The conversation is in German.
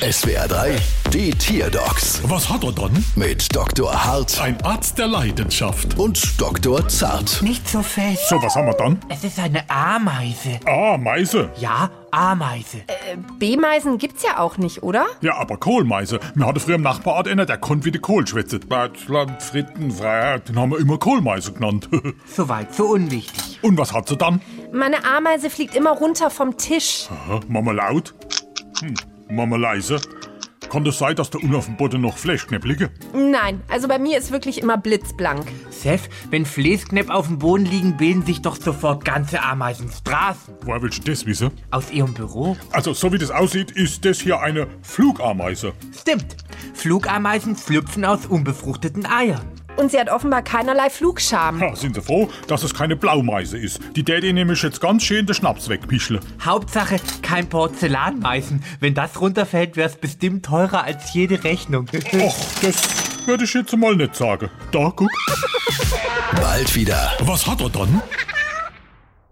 SWR 3, die Tierdocs Was hat er dann? mit Dr. Hart Ein Arzt der Leidenschaft. und Dr. Zart. Nicht so fest. So, was haben wir dann? Ah, Es ist eine Ameise. Ameise. Ja, Ameise. Bemeisen gibt's ja auch nicht, oder? Ja, aber Kohlmeise. Mir hatte früher im Nachbarort einer, der konnte wie die Kohl schwätzen. Deutschland, Fritten, Freiheit. Den haben wir immer Kohlmeise genannt. Soweit, so unwichtig. Und was hat sie dann? Meine Ameise fliegt immer runter vom Tisch. Hä? Mama laut? Hm, Mama leise? Kann das sein, dass der Ulla auf dem Boden noch Fleischknäpplige? Nein, also bei mir ist wirklich immer blitzblank. Seth, wenn Fleesknepp auf dem Boden liegen, bilden sich doch sofort ganze Ameisenstraßen. Woher willst du das wissen? Aus ihrem Büro? Also, so wie das aussieht, ist das hier eine Flugameise. Stimmt. Flugameisen schlüpfen aus unbefruchteten Eiern. Und sie hat offenbar keinerlei Flugscham. Ja, sind Sie froh, dass es keine Blaumeise ist. Die tät Ihnen nämlich jetzt ganz schön den Schnaps wegpischle. Hauptsache kein Porzellanmeisen. Wenn das runterfällt, wär's bestimmt teurer als jede Rechnung. Och, das würde ich jetzt mal nicht sagen. Da, guck. Bald wieder. Was hat er dann?